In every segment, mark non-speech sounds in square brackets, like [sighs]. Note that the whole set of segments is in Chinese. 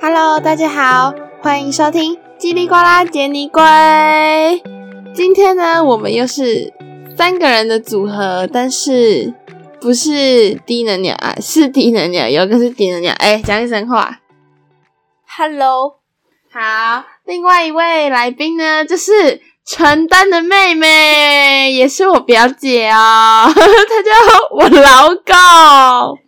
Hello，大家好，欢迎收听叽里呱啦杰尼龟。今天呢，我们又是三个人的组合，但是不是低能鸟啊，是低能鸟，有一个是低能鸟。哎、讲一声话。Hello，好。另外一位来宾呢，就是陈丹的妹妹，也是我表姐哦，她 [laughs] 叫我老狗。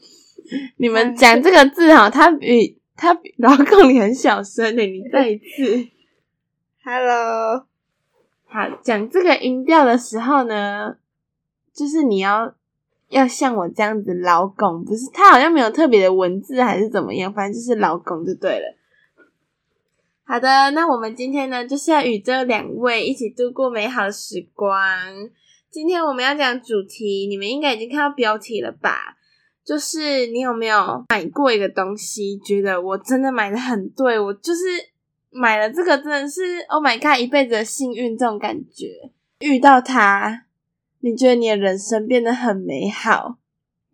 你们讲这个字哈、它比它比老狗你很小声的，你再一次。 Hello，好，讲这个音调的时候呢，就是你要要像我这样子老拱，不是它好像没有特别的文字还是怎么样，反正就是老拱就对了。好的，那我们今天呢，就是要与这两位一起度过美好的时光。今天我们要讲主题，你们应该已经看到标题了吧？就是你有没有买过一个东西，觉得我真的买的很对，我就是买了这个真的是 Oh my God，一辈子的幸运这种感觉。遇到它，你觉得你的人生变得很美好，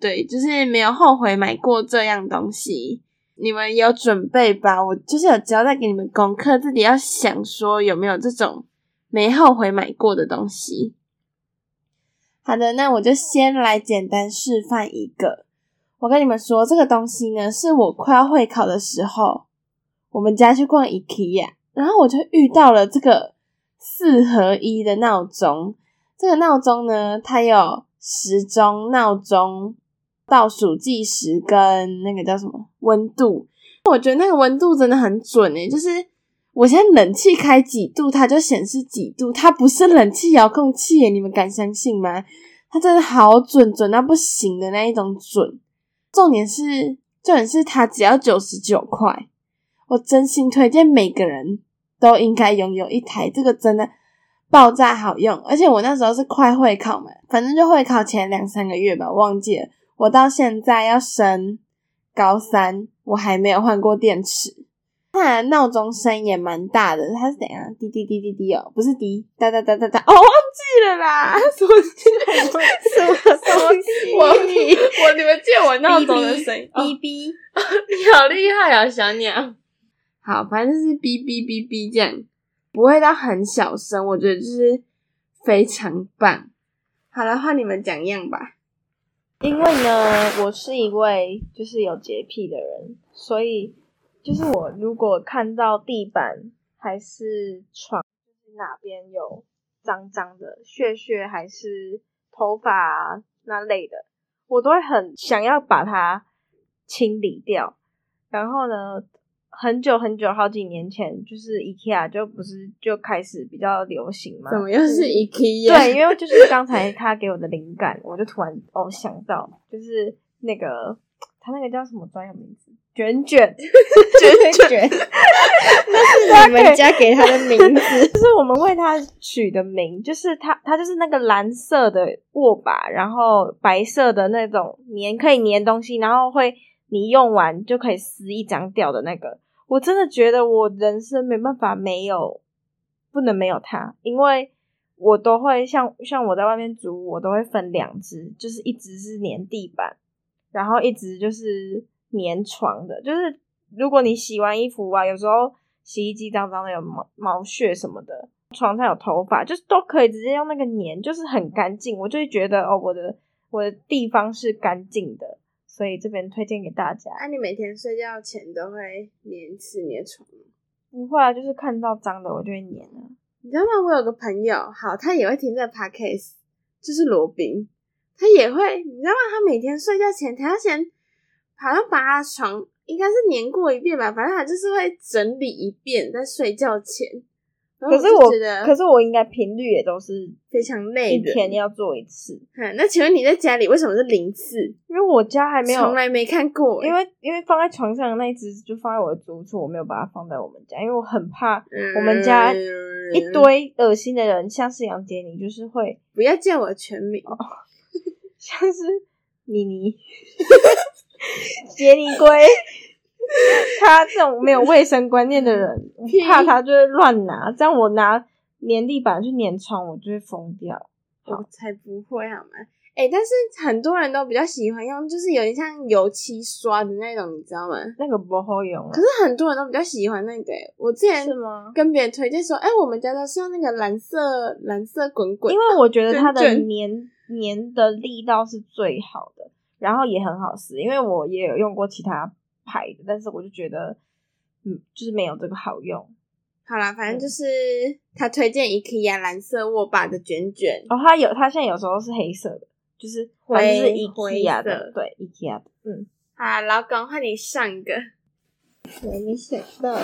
对，就是没有后悔买过这样东西。你们有准备吧？我就是有交代给你们功课，自己要想说有没有这种没后悔买过的东西。好的，那我就先来简单示范一个。我跟你们说，这个东西呢，是我快要会考的时候，我们家去逛 IKEA，然后我就遇到了这个四合一的闹钟。这个闹钟呢，它有时钟、闹钟、倒数计时跟那个叫什么温度。我觉得那个温度真的很准诶、就是我现在冷气开几度，它就显示几度，它不是冷气遥控器耶、欸你们敢相信吗？它真的好准，准到不行的那一种准。重点是，重点是它只要九十九块，我真心推荐每个人都应该拥有一台，这个真的爆炸好用。而且我那时候是快会考嘛，反正就会考前两三个月吧，忘记了。我到现在要升高三，我还没有换过电池。看来闹钟声也蛮大的，它是怎样？滴滴滴滴滴哦，不是滴，哒哒哒哒哒，哦，忘记了啦，什么什么我我你们借我闹钟的声音，哦哔哔，[laughs] 你好厉害啊，小鸟。好，反正就是哔哔哔哔这样，不会到很小声，我觉得就是非常棒。好了，换你们讲样吧。因为呢，我是一位就是有洁癖的人，所以就是我如果看到地板还是床就是哪边有脏脏的屑屑，还是头发啊、那啊类的，我都会很想要把它清理掉。然后呢，很久很久好几年前，就是 IKEA 就不是就开始比较流行嘛，怎么又是 IKEA？对，因为就是刚才他给我的灵感，我就突然哦想到，就是那个他那个叫什么专有名字？卷卷， [laughs] 卷卷，那是你们家给他的名 [laughs] 字。就是我们为他取的名，就是他他就是那个蓝色的握把，然后白色的那种粘可以粘东西，然后会你用完就可以撕一张掉的那个。我真的觉得我人生没办法没有，不能没有它，因为我都会像像我在外面煮，我都会分两只，就是一只是粘地板，然后一直就是粘床的，就是如果你洗完衣服啊，有时候洗衣机脏脏的有毛毛屑什么的，床上有头发，就是都可以直接用那个粘，就是很干净。我就会觉得哦，我的我的地方是干净的，所以这边推荐给大家。那、啊你每天睡觉前都会粘死你的床？不会啊，就是看到脏的我就会粘啊。你知道吗？我有个朋友，好，他也会听这个 podcast，就是罗宾，他也会，你知道吗？他每天睡觉前，他要先好像把他的床应该是粘过一遍吧，反正他就是会整理一遍在睡觉前。然后可是哦就我觉得，可是我应该频率也都是非常累一的。天要做一次，嗯，那请问你在家里为什么是零次？因为我家还没有从来没看过、因为因为放在床上的那一只就放在我的租处，我没有把它放在我们家，因为我很怕我们家嗯一一堆恶心的人，像是杨杰你，就是会 [laughs] 不要叫我全名，哦像是妮妮、 [laughs] 杰尼龟，他这种没有卫生观念的人，我屁怕他就会乱拿，这样我拿粘地板去粘床，我就会疯掉。我才不会好吗？哎、哎、但是很多人都比较喜欢用，就是有点像油漆刷的那种，你知道吗？那个不好用啊可，是很多人都比较喜欢那个、欸。我之前是吗？跟别人推荐说，哎、我们家都是用那个蓝色蓝色滚滚，因为我觉得它的真正粘粘的力道是最好的，然后也很好撕。因为我也有用过其他牌子，但是我就觉得，嗯，就是没有这个好用。好啦，反嗯正就是他推荐 IKEA 蓝色握把的卷卷，哦，它有，它现在有时候是黑色的，就是灰它就是灰 IKEA 色的，对 IKEA 的，嗯，啊，老公，换你上一个。我没想到，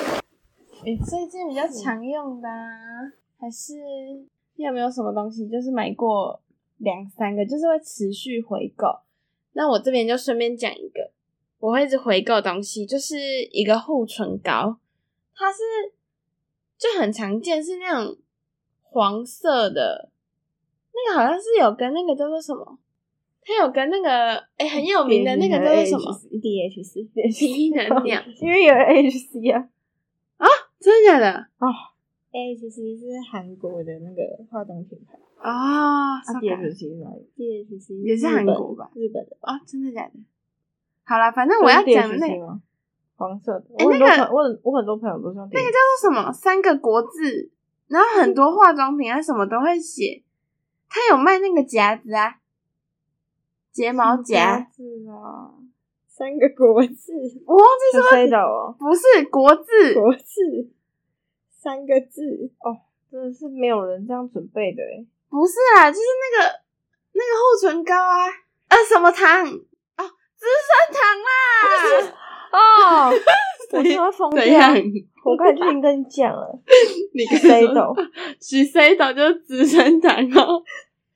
最近比较常用的、啊，还是你有没有什么东西，就是买过两三个，就是会持续回购？那我这边就顺便讲一个，我会一直回购东西，就是一个护唇膏，它是就很常见，是那种黄色的，那个好像是有跟那个叫做什么，它有跟那个哎、很有名的那个叫做什么 DHC， [laughs] 皮能鸟，因为有 HC 啊，真的假的？哎，其实是韩国的那个化妆品牌啊、啊 DHC 是哪里？ ，DHC 也是日韩本国吧日本的吧，啊、真的假的？好了，反正我要讲的那个 DHC 吗？黄色的，哎我很多那朋个友，我很我很多朋友都是用那个叫做什么三个国字，然后很多化妆品啊什么都会写，他有卖那个夹子啊，睫毛夹，子啊，三个国 [laughs] 字，我忘记叫 C 的哦，不是国字，国字，三个字，哦真的是没有人这样准备的哎，不是啊，就是那个那个护唇膏啊，啊什么糖哦，资生堂啦，哦， [laughs] 我真的会疯怎样 [laughs] 掉，？我刚才就已经跟你讲了你跟，C [laughs] 的哦，许 C 懂就是资生堂哦。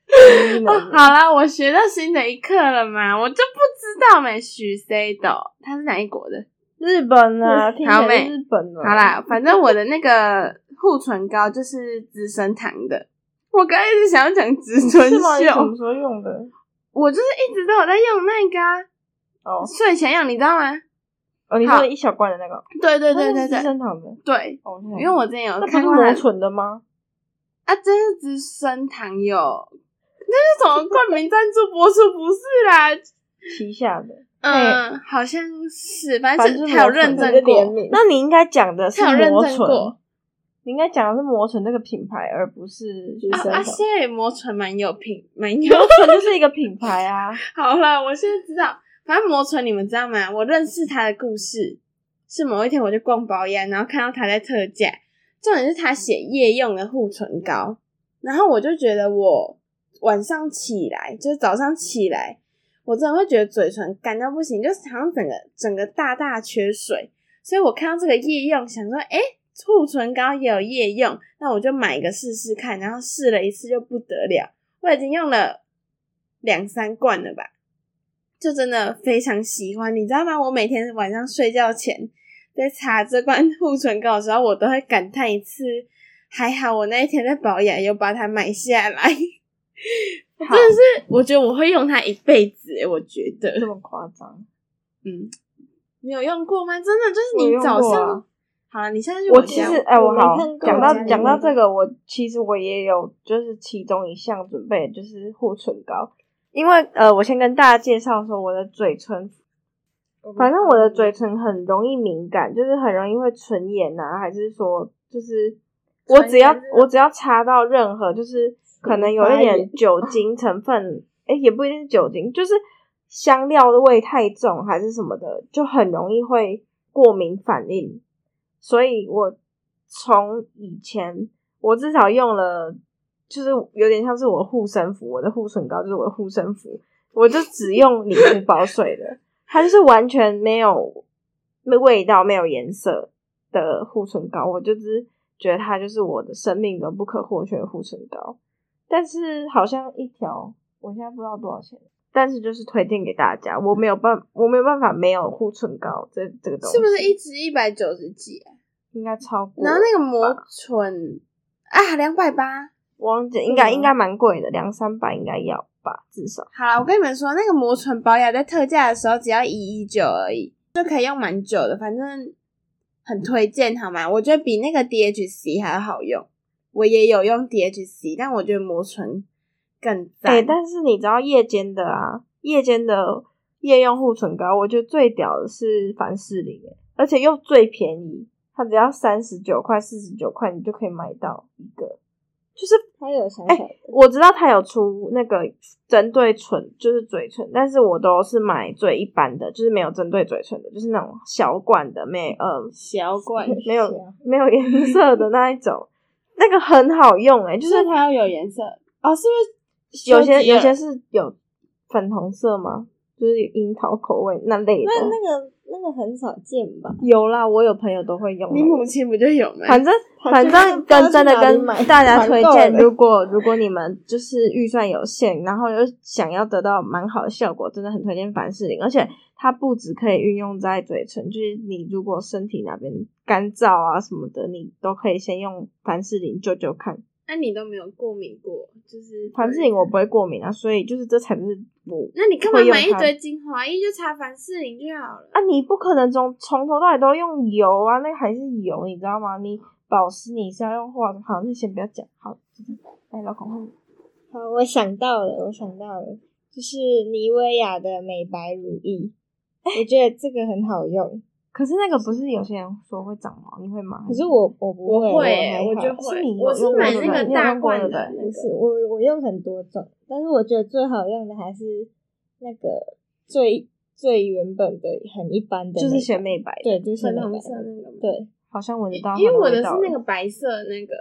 你哦，们好啦，我学到新的一课了嘛，我就不知道没许 C 的，哦他是哪一国的？日本啊，听起好来美是日本啊的，好啦，反正我的那个护唇膏就是资生堂的。我刚才一直想要讲植村是吗？你什么秀，时候用的？我就是一直都有在用那个、啊、哦睡前用，你知道吗？哦，你说一小罐的那个，对对哦对那对是资对生堂的，对，哦，因为我之前有那不看是过它磨唇的吗？啊，真是资生堂有，那是什么冠名赞助播出？不是啦，旗下的，嗯，好像是，反反正正就是哎是他有磨认唇证这个过联。名，那你应该讲的是他有认磨证唇过，你应该讲的是磨唇这个品牌，而不是就是啊生啊，活现在磨唇蛮有品， [laughs] 蛮有磨。唇就是一个品牌啊，好了，我现在知道，反正磨唇你们知道吗？我认识他的故事是某一天我去逛保养，然后看到他在特价，重点是他写夜用的护唇膏，然后我就觉得我晚上起来，就是早上起来，我真的会觉得嘴唇干到不行，就是好像整个整个大大缺水，所以我看到这个夜用，想说，哎、护唇膏也有夜用，那我就买一个试试看，然后试了一次就不得了，我已经用了两三罐了吧，就真的非常喜欢，你知道吗？我每天晚上睡觉前在擦这罐护唇膏的时候，我都会感叹一次，还好我那一天在保养有把它买下来，我真的是，我觉得我会用它一辈子、欸，我觉得，这么夸张？嗯，你有用过吗？真的就我是用你早过上，啊好了，你现在去我其家实哎，我我没好看过讲到我家里讲没到有这个，我其实我也有就是其中一项准备就是护唇膏，因为呃，我先跟大家介绍说我的嘴唇反正我的嘴唇很容易敏感，就是很容易会唇炎呐、还是说就是我只要唇炎是我只要擦到任何就是可能有一发点炎 [laughs] 酒精成分，哎、也不一定是酒精，就是香料的味太重还是什么的，就很容易会过敏反应。所以我从以前我至少用了，就是有点像是我护身符，我的护唇膏就是我的护身符，我就只用理肤保水的。它就是完全没有味道、没有颜色的护唇膏，我就是觉得它就是我的生命中不可或缺的护唇膏。但是好像一条，我现在不知道多少钱，但是就是推荐给大家，我没有办，我没有办法没有护唇膏这这个东西，是不是一支一百九十几啊？应该超过？然后那个磨唇啊，两百八。我忘啊记，应该是吗应该蛮贵的，两三百应该要吧，至少。好了，我跟你们说，那个磨唇保养在特价的时候只要一一九而已，就可以用蛮久的，反正很推荐，好吗？我觉得比那个 DHC 还要好用。我也有用 DHC，但我觉得磨唇更赞。哎、但是你知道夜间的啊，夜间的夜用护唇膏，我觉得最屌的是凡士林，哎而且又最便宜，它只要三十九块、四十九块，你就可以买到一个。就是它有小小的，我知道它有出那个针对唇，就是嘴唇，但是我都是买最一般的，就是没有针对嘴唇的，就是那种小管的，没嗯小管，没有没有颜色的那一种，那个很好用哎、就就是是它要有颜色哦，是不是？有些有些是有粉红色吗？就是有樱桃口味那类的那。那个那个很少见吧？有啦，我有朋友都会用你那个。母亲不就有吗？反正反反正正不知道跟真去的哪里跟买大家推荐，团购的如果如果你们就是预算有限，然后又想要得到蛮好的效果，真的很推荐凡士林。而且它不只可以运用在嘴唇，就是你如果身体哪边干燥啊什么的，你都可以先用凡士林救救看。那你都没有过敏过，就是凡士林我不会过敏啊，所以就是这才是我那你干嘛会用买一它堆精华液就擦凡士林就好了？啊，你不可能从从头到尾都用油啊，那个还是油，你知道吗？你保湿你是要用化妆，好，那先不要讲，好，来老公换你。好，我想到了，我想到了，就是妮维雅的美白乳液，我觉得这个很好用。可是那个不是有些人说会长毛，你会吗？可是我我不会，会还欸，我好就还好是会你，有我是用买过那的个你有大用过罐的的对，不是我我用很多种，但是我觉得最好用的还是那个最最原本的很一般的，就是选美白的，对，就是粉美红白色那个吗？对，好像闻得到它味因道为我了。的是那个白色那个，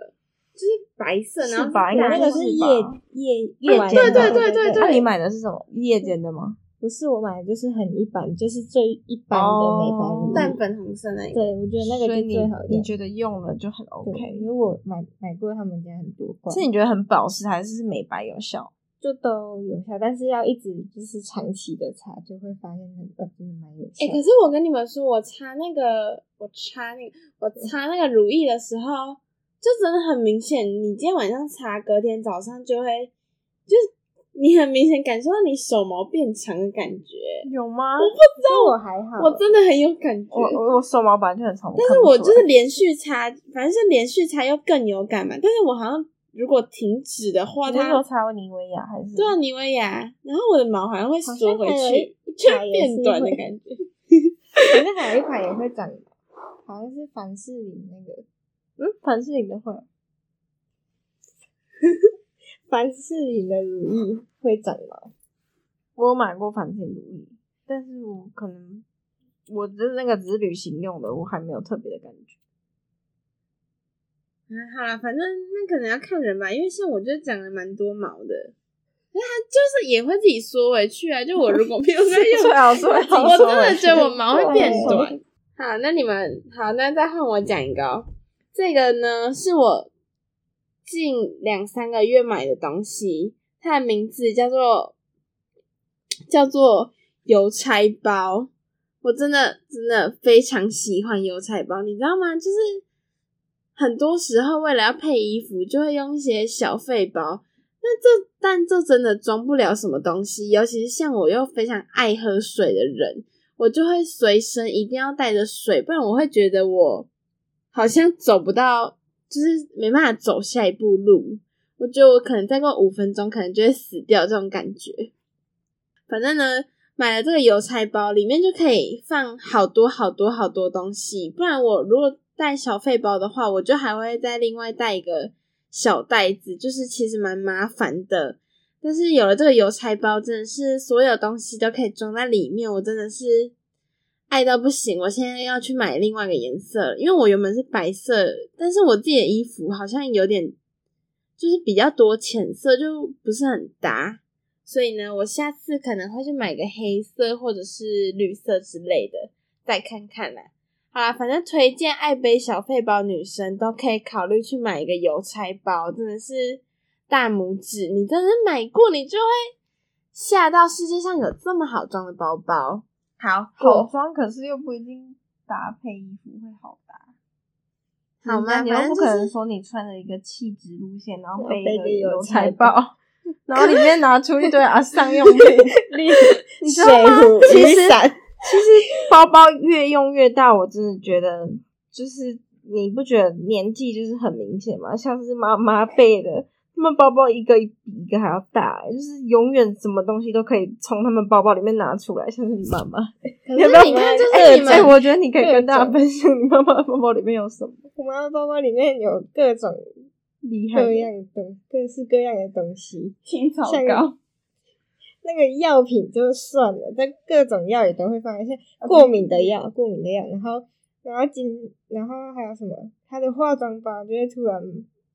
就是白色，是然后吧是应大该那个是是吧夜夜夜夜晚间的对的对对对那你买的是什么？夜间的吗？不是我买的，就是很一般，就是最一般的美白哦乳液。淡粉红色那一个。对，我觉得那个所以就你最好用。你觉得用了就很对， OK？因为我买买过他们家很多罐，是你觉得很保湿，还是是美白有效？就都有效，但是要一直就是长期的擦，就会发现很呃真的蛮有效。哎、可是我跟你们说，我擦那个，我擦那个，我擦那个乳液的时候，就真的很明显。你今天晚上擦，隔天早上就会，就是你很明显感受到你手毛变长的感觉。有吗？这我还好，我真的很有感觉，我我我手毛本来就很长，但看是不我出就是来连续擦，反正是连续擦又更有感嘛。但是我好像如果停止的话，你是它说擦妮维雅还是？对啊，妮维雅，然后我的毛好像会缩回好像还有去一，就一排会也变是短的会感觉。反正还有一款也会长，好像是凡士林那个嗯，凡士林的会，凡士林的乳液会长毛，我有买过凡士林乳液，但是我可能我就是那个只是旅行用的，我还没有特别的感觉。嗯，好啦，反正那可能要看人吧，因为像我就长了蛮多毛的，那它就是也会自己缩回去啊。就我如果没有在用，最好是会好我收真的回觉得去我毛会变对短。啊好，那你们好，那再换我讲一个、哦。这个呢是我近两三个月买的东西，它的名字叫做叫做邮差包。我真的真的非常喜欢邮差包，你知道吗？就是很多时候为了要配衣服，就会用一些小费包。那这但这真的装不了什么东西，尤其是像我又非常爱喝水的人，我就会随身一定要带着水，不然我会觉得我好像走不到，就是没办法走下一步路。我觉得我可能再过五分钟，可能就会死掉这种感觉。反正呢，买了这个邮差包，里面就可以放好多好多好多东西。不然我如果带小费包的话，我就还会再另外带一个小袋子，就是其实蛮麻烦的。但是有了这个邮差包，真的是所有东西都可以装在里面，我真的是爱到不行。我现在要去买另外一个颜色，因为我原本是白色，但是我自己的衣服好像有点就是比较多浅色，就不是很搭。所以呢，我下次可能会去买个黑色或者是绿色之类的，再看看啦。好啦，反正推荐爱背小费包女生都可以考虑去买一个邮差包，真的是大拇指！你真的买过，你就会吓到世界上有这么好装的包包。好，好我装，可是又不一定搭配衣服会好搭。好吗？那反你又正不就可是能说你穿了一个气质路线，然后要背背一一个个有邮才差包包，然后里面拿出一堆阿上用品， [laughs] 你知水道吗？壶、其实雨伞，其实包包越用越大，我真的觉得就是你不觉得年纪就是很明显吗？像是妈妈辈的他们包包一个比一个还要大、欸就是永远什么东西都可以从他们包包里面拿出来，像是你妈妈。可你要不要是你看，就哎是你哎们，我觉得你可以跟大家分享你妈妈的包包里面有什么我妈妈包包里面有各种厉害各的。样的东，各式各样的东西。青草像膏，那个药品就算了，但各种药也都会放，像哦过敏的药、过敏的药，然后然后今然后还有什么？她的化妆包就会突然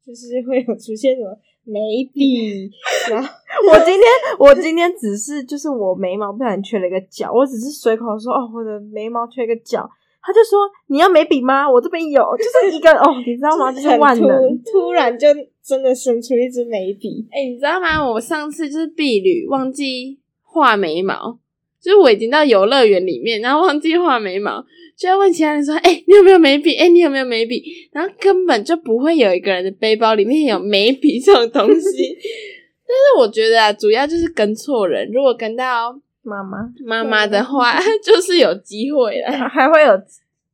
就是会有出现什么眉笔，然后 [laughs] 我今天我今天只是就是我眉毛不小心缺了一个角，我只是随口说哦，我的眉毛缺一个角，他就说你要眉笔吗？我这边有， [laughs] 就是一个哦，你知道吗？就是很万突能。突然就真的伸出一支眉笔，哎、你知道吗？我上次就是婢女忘记画眉毛，就是我已经到游乐园里面，然后忘记画眉毛，就要问其他人说：“哎、你有没有眉笔？哎、你有没有眉笔？”然后根本就不会有一个人的背包里面有眉笔这种东西。 [laughs] 但是我觉得啊，主要就是跟错人。如果跟到妈妈妈妈的话， [laughs] 就是有机会了。还还会有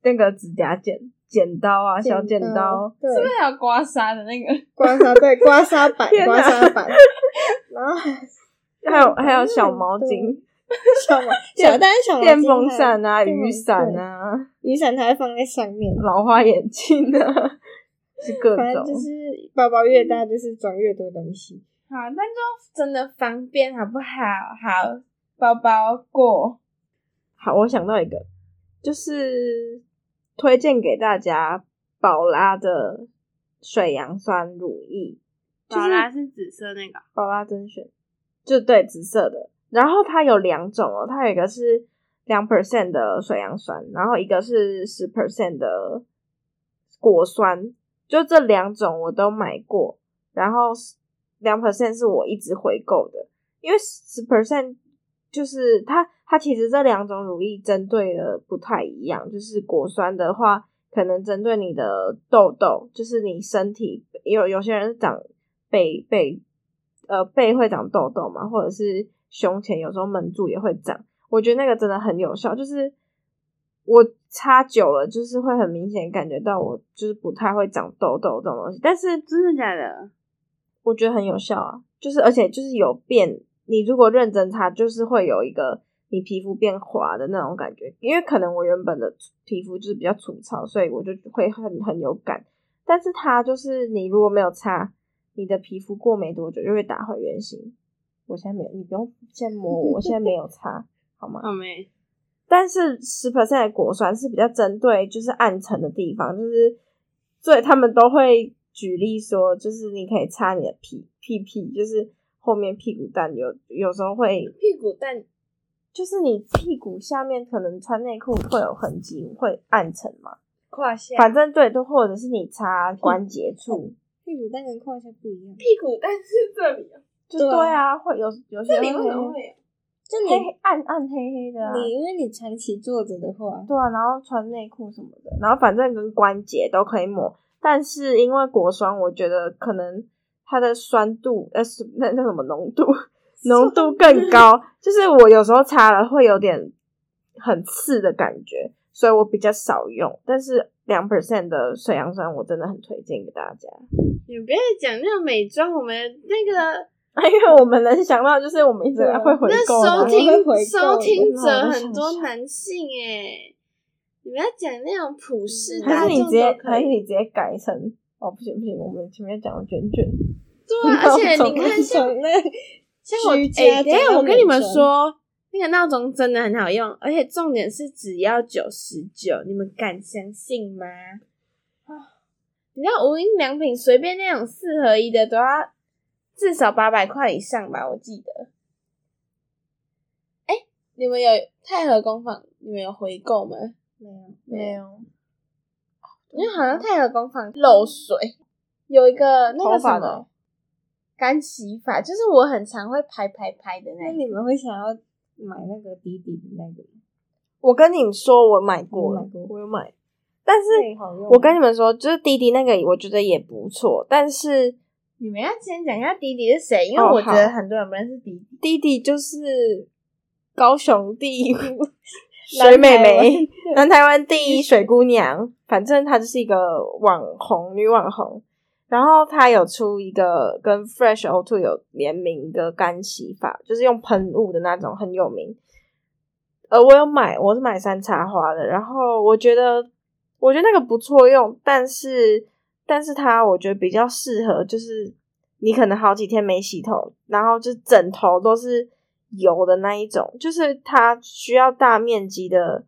那个指甲剪、剪刀啊、小剪剪刀。对，是不是还有刮痧的那个？刮痧对刮痧板天，哪刮痧板，然后还 [laughs] 有还有小毛巾、[laughs] 小毛小但是小毛巾电风扇还啊、有电雨风伞，啊、对雨伞它会放在上面，老花眼镜啊， [laughs] 是各反正种。嗯就是包包越大，就是装越多东西。好，那就真的方便好不好？好，包包过，好，我想到一个，就是推荐给大家宝拉的水杨酸乳液，就是是紫色那个，宝拉甄选，就对紫色的。然后它有两种哦，它有一个是两 percent 的水杨酸，然后一个是十 percent 的果酸，就这两种我都买过。然后两 percent 是我一直回购的，因为十 percent 就是它，它其实这两种乳液针对的不太一样。就是果酸的话，可能针对你的痘痘，就是你身体有有些人长背背呃背会长痘痘嘛，或者是胸前有时候闷住也会长。我觉得那个真的很有效，就是我擦久了，就是会很明显感觉到我就是不太会长痘痘这种东西，但是真的假的？我觉得很有效啊，就是而且就是有变，你如果认真擦，就是会有一个你皮肤变滑的那种感觉，因为可能我原本的皮肤就是比较粗糙，所以我就会很很有感，但是它就是你如果没有擦，你的皮肤过没多久就会打回原形。我现在没有，你不用先摸我，我现在没有擦，好吗？好没，但是十 percent 的果酸是比较针对就是暗沉的地方，就是所以他们都会举例说，就是你可以擦你的屁屁屁，就是后面屁股蛋有有时候会屁股蛋就是你屁股下面可能穿内裤会有痕迹，会暗沉嘛，胯下，反正对，都或者是你擦关节处，屁股蛋跟胯下不一样，屁股蛋是这里啊，就对啊对啊，会有有些这里会啊为什么会有？就你黑黑暗暗黑黑的、啊，你因为你长期坐着的话，对啊，然后穿内裤什么的，然后反正跟关节都可以抹，但是因为果酸，我觉得可能它的酸度，呃，是那那什么 [laughs] 浓度，浓度更高，就是我有时候擦了会有点很刺的感觉，所以我比较少用。但是两 percent 的水杨酸，我真的很推荐给大家， [laughs] 你不要讲那种美妆，我们那个因为我们能想到就是我们一直对啊会回那购收啊，听会回购收的听那者我很想多想男性哎，你们要讲那种普世嗯还大是你众直接都，可还是以。你直接改成。哦，不行不行，我们前面讲的卷卷，对啊，而且你看像从那像我居哎，家等一讲下到我跟你们美妆说，那个闹钟真的很好用，而且重点是只要九十九，你们敢相信吗？啊 [sighs] 你知道无印良品随便那种四合一的都要至少八百块以上吧？我记得。哎，你们有太和工坊，你们有回购吗？没有没有，因为好像太和工坊漏水，有一个那个头发什的么干洗法，就是我很常会拍拍拍的那那一你们会想要买那个迪迪的那个吗？我跟你说，我买过了你有买过我有买，但是最好用。我跟你们说，就是滴滴那个，我觉得也不错，但是你们要先讲一下迪迪是谁，因为哦我觉好得很多人不认识迪迪。滴滴就是高雄第一南水美台湾眉，南台湾第一水姑娘，反正她就是一个网红女网红。然后它有出一个跟 Fresh O2 有联名的干洗法，就是用喷雾的那种，很有名。呃，我有买，我是买山茶花的，然后我觉得我觉得那个不错用，但是但是它我觉得比较适合，就是你可能好几天没洗头，然后就枕头都是油的那一种，就是它需要大面积的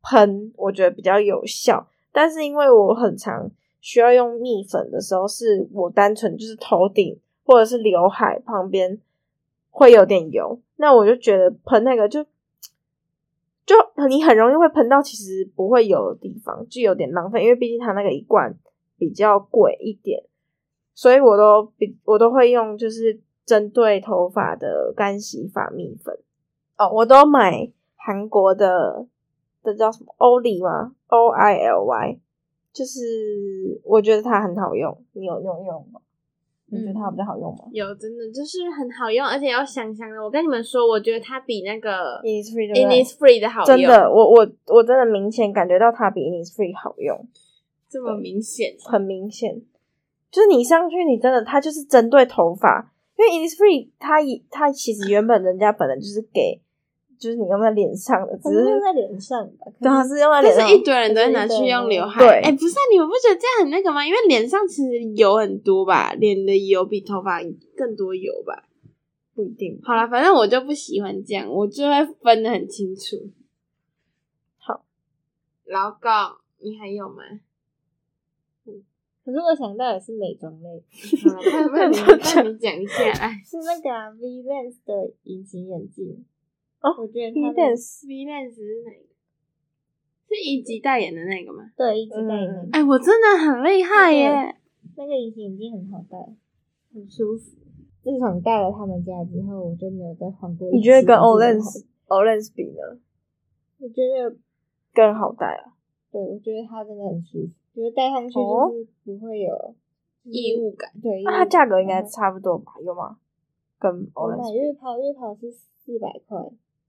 喷，我觉得比较有效。但是因为我很常需要用蜜粉的时候，是我单纯就是头顶或者是刘海旁边会有点油，那我就觉得喷那个就就你很容易会喷到其实不会有的地方，就有点浪费，因为毕竟它那个一罐比较贵一点，所以我都比我都会用就是针对头发的干洗法蜜粉哦，我都买韩国的，这叫什么欧丽吗？O I L Y，就是我觉得它很好用，你有用用吗？你觉得它比较好用吗有真的就是很好用，而且要香香的。我跟你们说，我觉得它比那个 Innisfree 对嗯不对 Innisfree 的好用，真的，我我我真的明显感觉到它比 Innisfree 好用，这么明显。很明显，就是你上去，你真的它就是针对头发，因为 Innisfree 它也它其实原本人家本来就是给，就是你用在脸上的，只可是能用在脸上吧。可对，啊它能是用在啊但脸上是，一堆人都会拿去用刘海，对哎、不是啊、你们不觉得这样很那个吗？因为脸上其实油很多吧，脸的油比头发更多油吧。不一定。好了，反正我就不喜欢这样，我就会分得很清楚。好，老高，你还有吗？可是我想到也是美妆类，好了，快快 [laughs] 你快你讲一下哎来。是那个、啊、V Lens 的隐形眼镜。哦我觉得 b 它 e 的 n s V Lens 是哪个？是一级代言的那个吗？啊对一直戴那嗯个，哎、我真的很厉害耶！那个隐形眼镜很好戴，很舒服。自从戴了他们家之后，我就没有再换过。你觉得跟 Olens Olens 比呢？我觉得，更好戴啊？对，我觉得它真的很舒服，觉得戴上去哦就是不会有异物感，对，那它价格应该差不多吧？有吗？跟我买 Olens 月抛，月抛是四百块，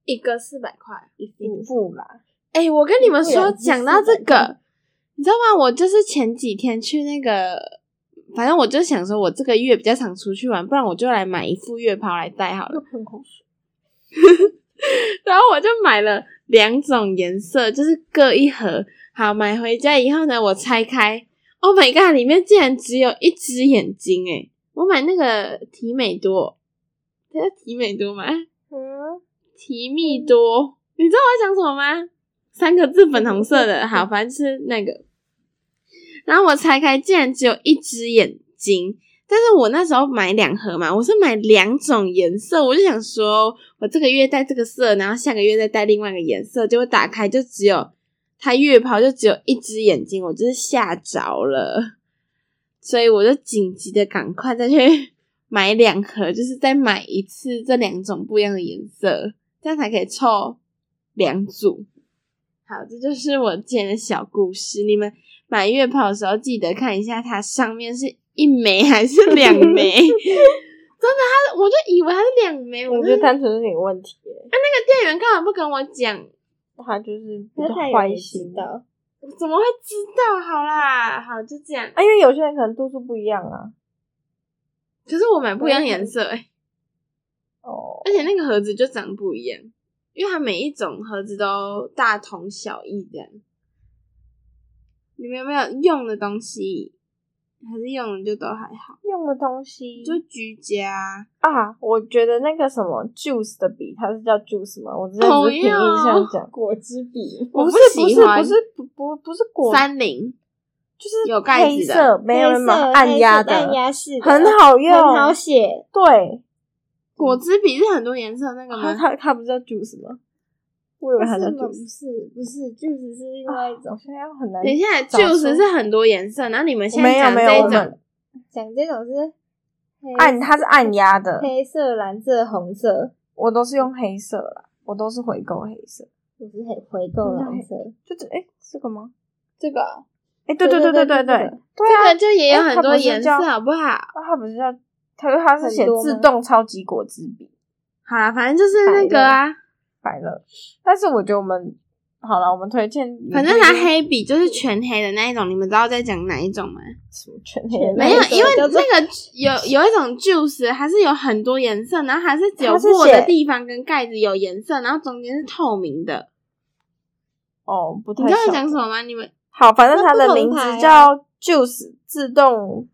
一个四百块。一副啦？哎、我跟你们说，对讲到这就是个，你知道吗？我就是前几天去那个，反正我就想说，我这个月比较常出去玩，不然我就来买一副月抛来戴好了。 [laughs] 喷口水。然后我就买了两种颜色，就是各一盒。好，买回家以后呢，我拆开，Oh my god，里面竟然只有一只眼睛诶、我买那个提美多，它叫提美多吗？嗯，提蜜多，你知道我在讲什么吗？三个字粉红色的，好，反正是那个。然后我拆开，竟然只有一只眼睛。但是我那时候买两盒嘛，我是买两种颜色，我就想说，我这个月戴这个色，然后下个月再戴另外一个颜色。结果打开就只有它月抛就只有一只眼睛，我就是吓着了，所以我就紧急的赶快再去 [laughs] 买两盒，就是再买一次这两种不一样的颜色。这样才可以凑两组。好，这就是我今天的小故事。你们买月抛的时候，记得看一下它上面是一枚还是两枚。 [laughs] 真的，他我就以为它是两枚，我我就觉得单纯是你的问题耶，店员干嘛不跟我讲？它就是比那较他也坏没心知。道，我怎么会知道？好啦，好就这样。啊，因为有些人可能度数不一样啊。可是我买不一样颜色哎、哦，而且那个盒子就长不一样，因为它每一种盒子都大同小异这样。你们有没有用的东西？还是用的就都还好，用的东西就居家。啊，我觉得那个什么 juice 的笔，它是叫 juice 吗？我之前哦只是凭印象讲，果汁笔，我不是不不喜是欢不是不不不是果，三菱就是有盖黑子的色，没有人买黑色按压的，黑色按压式的很好用，很好写。对，果汁笔是很多颜色那个啊它吗？它它不是叫 juice 吗？我以不为它叫是吗？不 juice。是，不是，就只是另啊外一我种。现在很难等一下，找出就是是很多颜色，然后你们现在没有讲没这有，我一种们讲这种是黑按它是按压的，黑色、蓝色、红色，我都是用黑色啦，我都是回购黑色，不是黑回购蓝色。就这哎这个吗？这个哎对对对对对对对对对对对啊这个就也有很多颜色，哎它不是叫好不好？那它不是叫，它它是写很多吗自动超级果汁笔好啦，反正就是那个啊，百乐，但是我觉得我们好了，我们推荐反正拿黑笔就是全黑的那一种，你们知道在讲哪一种吗？什么全黑的没有，因为那叫做个有有一种 juice，它是有很多颜色，然后还是只有它是握的写地方跟盖子有颜色，然后中间是透明的。哦，不太你知道在晓得讲什么吗？你们好，反正那它不的同名牌字啊叫 Juice 自动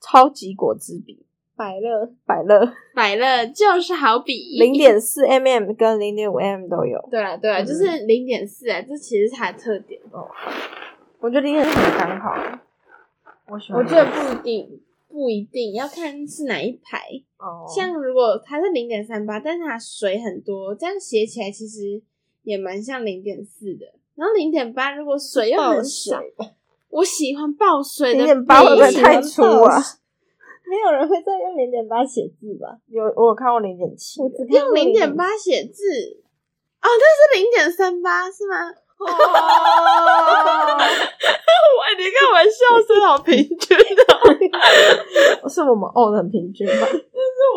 超级果汁笔，百乐百乐百乐就是好比零点四 mm 跟零点五 mm 都有。对啊，对啊，就是零点四啊，这其实是它的特点。哦我觉得零点四很刚好。我喜我欢觉得不一定，不一定要看是哪一排。哦像如果它是零点三八，但是它水很多，这样写起来其实也蛮像零点四的。然后零点八如果水又爆很少，水吧，我喜欢爆水的0.8会不会笔太粗啊？没有人会再用零点八写字吧？有我有看过零点七我，只看用过零点八写字。哦，那是零点三八是吗？哇，你看我笑声好平均的， [laughs] 是我们 O 的很平均吧？是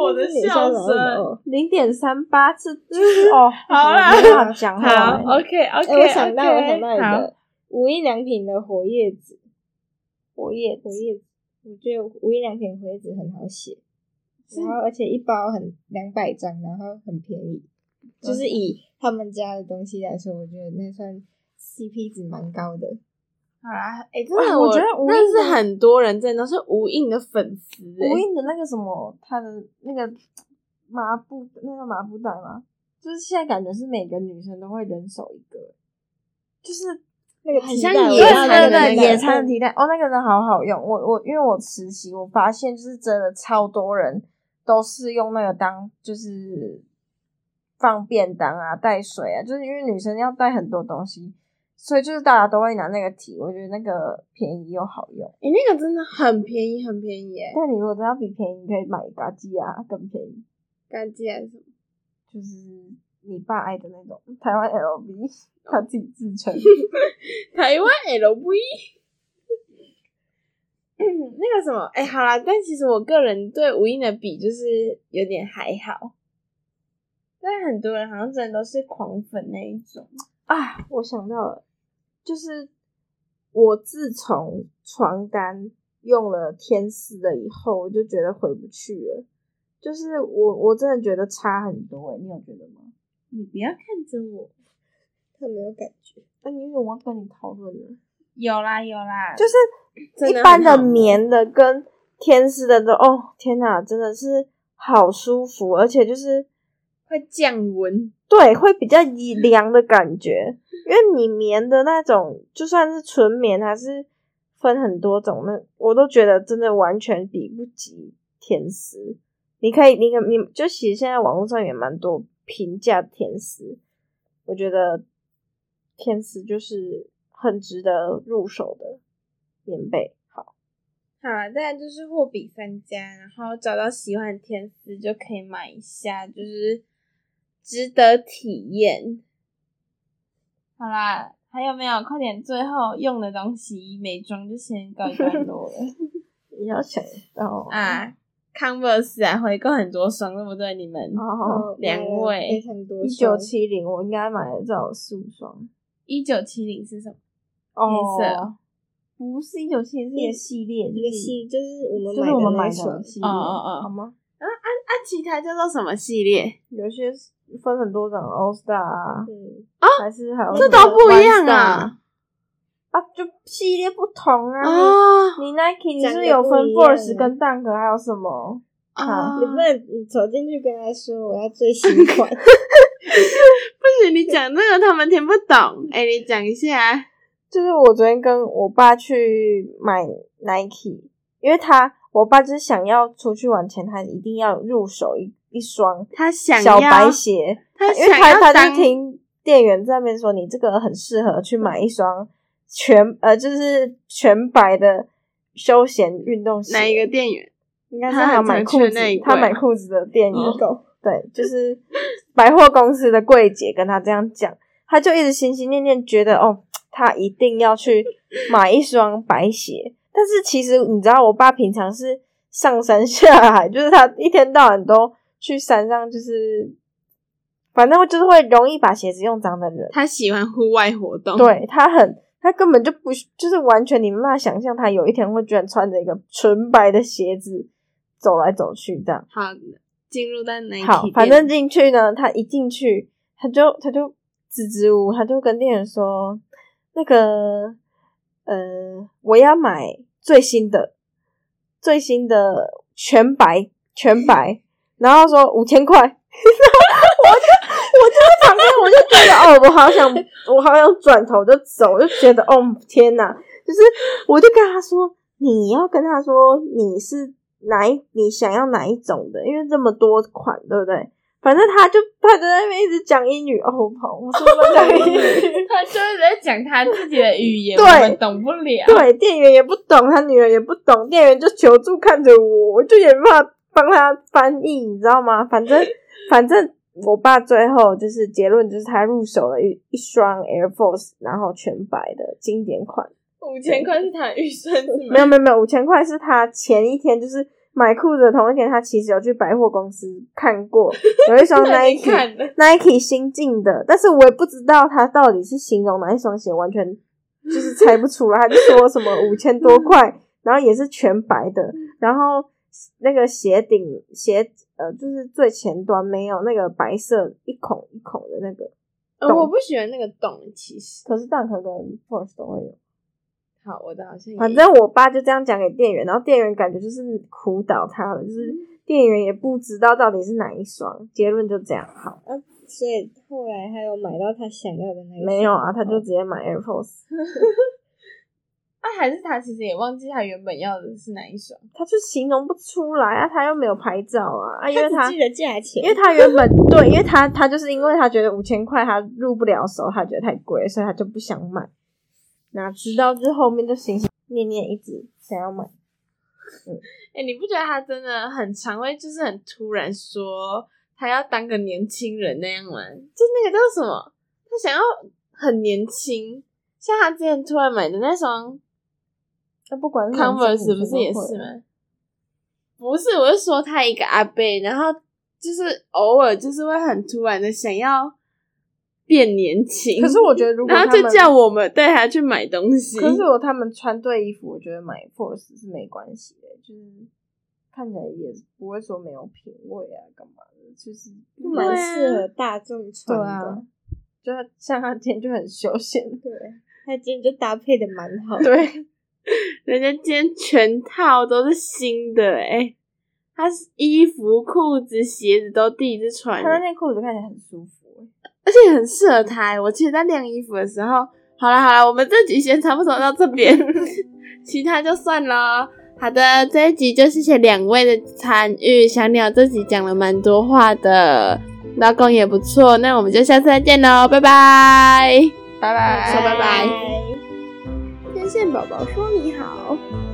我的零点笑三八声。 [laughs] 哦。零点三八是 [laughs] 哦， [laughs] 好啦没办法讲话好哦欸，OK 哎、 OK，我想到我想到一好，个无印良品的活页纸，活页活页纸，我觉得无印良品活页纸很好写，是然后而且一包很两百张，然后很便宜，就是以他们家的东西来说，我觉得那算 CP 值蛮高的。好啦，哎、真的，啊我觉得无印认识的很多人真的都是无印的粉丝、欸，无印的那个什么，它的那个麻布，那个麻布袋吗？就是现在感觉是每个女生都会人手一个，就是那 [laughs] 个很提像袋我野要餐那的个那提个袋野餐的提袋哦，那个真的好好用。我我因为我实习，我发现就是真的超多人都是用那个当就是放便当啊、带水啊，就是因为女生要带很多东西，所以就是大家都会拿那个提。我觉得那个便宜又好用。哎、那个真的很便宜，很便宜、欸，但你如果真的要比便宜，你可以买嘎鸡啊，更便宜，干净还是什么？就是你爸爱的那种台湾 LV，他自己自称。台湾 LV，嗯那个什么，哎、好啦，但其实我个人对无印的笔就是有点还好，但很多人好像真的都是狂粉那一种。啊，我想到了，就是我自从床单用了天丝的以后，我就觉得回不去了。就是我我真的觉得差很多欸诶、你有觉得吗？你不要看着我，他没有感觉，那、啊你有我要跟你讨论了，有啦有啦，就是真的一般很好的棉的跟天丝的都，哦天哪，真的是好舒服，而且就是会降温。对，会比较以凉的感觉，因为你棉的那种，就算是纯棉还是分很多种，那我都觉得真的完全比不及天丝。你可以，你可你就其实现在网络上也蛮多评价天丝，我觉得天丝就是很值得入手的棉被。好，好啦，再来就是货比三家，然后找到喜欢的天丝就可以买一下，就是值得体验。好啦，还有没有？快点，最后用的东西，美妆就先告一段落了你要想到， [laughs] 啊。Converse 啊，回购很多双，对不对？你们哦，哦两位非常多一九双，七零，我应该买了至少四五双。一九七零是什么？哦，黑色不是一九七零，是一个系列，一就个是系就是我们就是我们买买的那双的系列，哦哦哦好吗？啊，其他叫做什么系列？有些是分很多种，All Star 啊，嗯，还是还有这什么都不一样 One Star 啊！啊，就系列不同啊。啊你你 Nike 你讲是得不是有分不一样啊 Force 跟 Dunk 还有什么？啊！你不能你走进去跟他说我要最新款，不行，你讲这个他们听不懂。哎、你讲一下啊。就是我昨天跟我爸去买 Nike，因为他我爸就是想要出去玩前，他一定要入手一一双他想小白要鞋，他因为想他要他就当听店员在那边说，你这个很适合去买一双全呃，就是全白的休闲运动鞋。哪一个店员？应该是他他很买常裤去哦子那一，他柜买吗裤子的店员。一狗。对，就是百货公司的柜姐跟他这样讲，他就一直心心念念觉得哦，他一定要去买一双白鞋。但是其实你知道，我爸平常是上山下海，就是他一天到晚都去山上，就是反正就是会容易把鞋子用脏的人。他喜欢户外活动，，对他很，他根本就不是，就是完全你没办法想象他有一天会居然穿着一个纯白的鞋子走来走去这样。好，进入到 Nike 好，店反正进去呢，他一进去，他就他就支支吾吾，他就跟店员说：“那个，呃，我要买最新的，最新的全白全白。” [laughs] 然后说五千块，然 [laughs] 后我就我就在旁边，我就觉得哦，我好想我好想转头就走，我就觉得哦天哪，就是我就跟他说，你要跟他说你是哪一你想要哪一种的，因为这么多款，对不对？反正他就他就在那边一直讲英语，哦，我跑，我说我讲英语，啊他就是在讲他自己的语 [laughs] 言，对我们懂不了。对，店员也不懂，他女儿也不懂，店员就求助看着我，我就也没办法帮他翻译，你知道吗？反正反正我爸最后就是结论就是他入手了一一双 Air Force，然后全白的经典款。五千块是他的预算是吗？没有没有没有，五千块是他前一天就是买裤子的同一天，他其实有去百货公司看过，有 [laughs] 一双 Nike 看的 Nike 新进的，但是我也不知道他到底是形容哪一双鞋，完全就是猜不出来。他就说什么五千多块，然后也是全白的，然后那个鞋顶鞋呃就是最前端没有那个白色一孔一孔的那个，呃懂我不喜欢那个洞，其实。可是蛋壳跟 Force 都会有。好，我的好像也反正我爸就这样讲给店员，然后店员感觉就是苦倒他了，就是店员也不知道到底是哪一双，结论就这样。好，所以后来还有买到他想要的那哦个。没有啊，他就直接买 AirPods，啊，还是他其实也忘记他原本要的是哪一双。他就形容不出来啊，他又没有拍照啊，啊，因为他他只记得价钱，因为他原本对，因为他他就是因为他觉得五千块他入不了手，他觉得太贵，所以他就不想买。哪知道就是后面就心心念念一直想要买，哎、你不觉得他真的很常会就是很突然说他要当个年轻人那样吗？就那个叫什么？他想要很年轻，像他之前突然买的那双那不管是男生 Converse 女不生是都也会啊是吗？不是，我是说他一个阿伯，然后就是偶尔就是会很突然的想要变年轻，可是我觉得如果然后他就们叫我们带他去买东西，可是我他们穿对衣服，我觉得买 Force 是没关系的，就是看起来也不会说没有品味啊，干嘛的，就是蛮适合大众啊对穿啊的。，就像他今天就很休闲，对，他今天就搭配的蛮好。对，人家今天全套都是新的哎、他是衣服、裤子、鞋子都第一次穿他欸，那件裤子看起来很舒服，而且很适合他、欸。我记得在晾衣服的时候，好了好了，我们这集先差不多到这 [laughs] 边，其他就算了。好的，这一集就谢谢两位的参与。小鸟这集讲了蛮多话的，老公也不错。那我们就下次再见喽，拜拜。拜拜，哎说拜拜嗯拜天线宝宝说你好。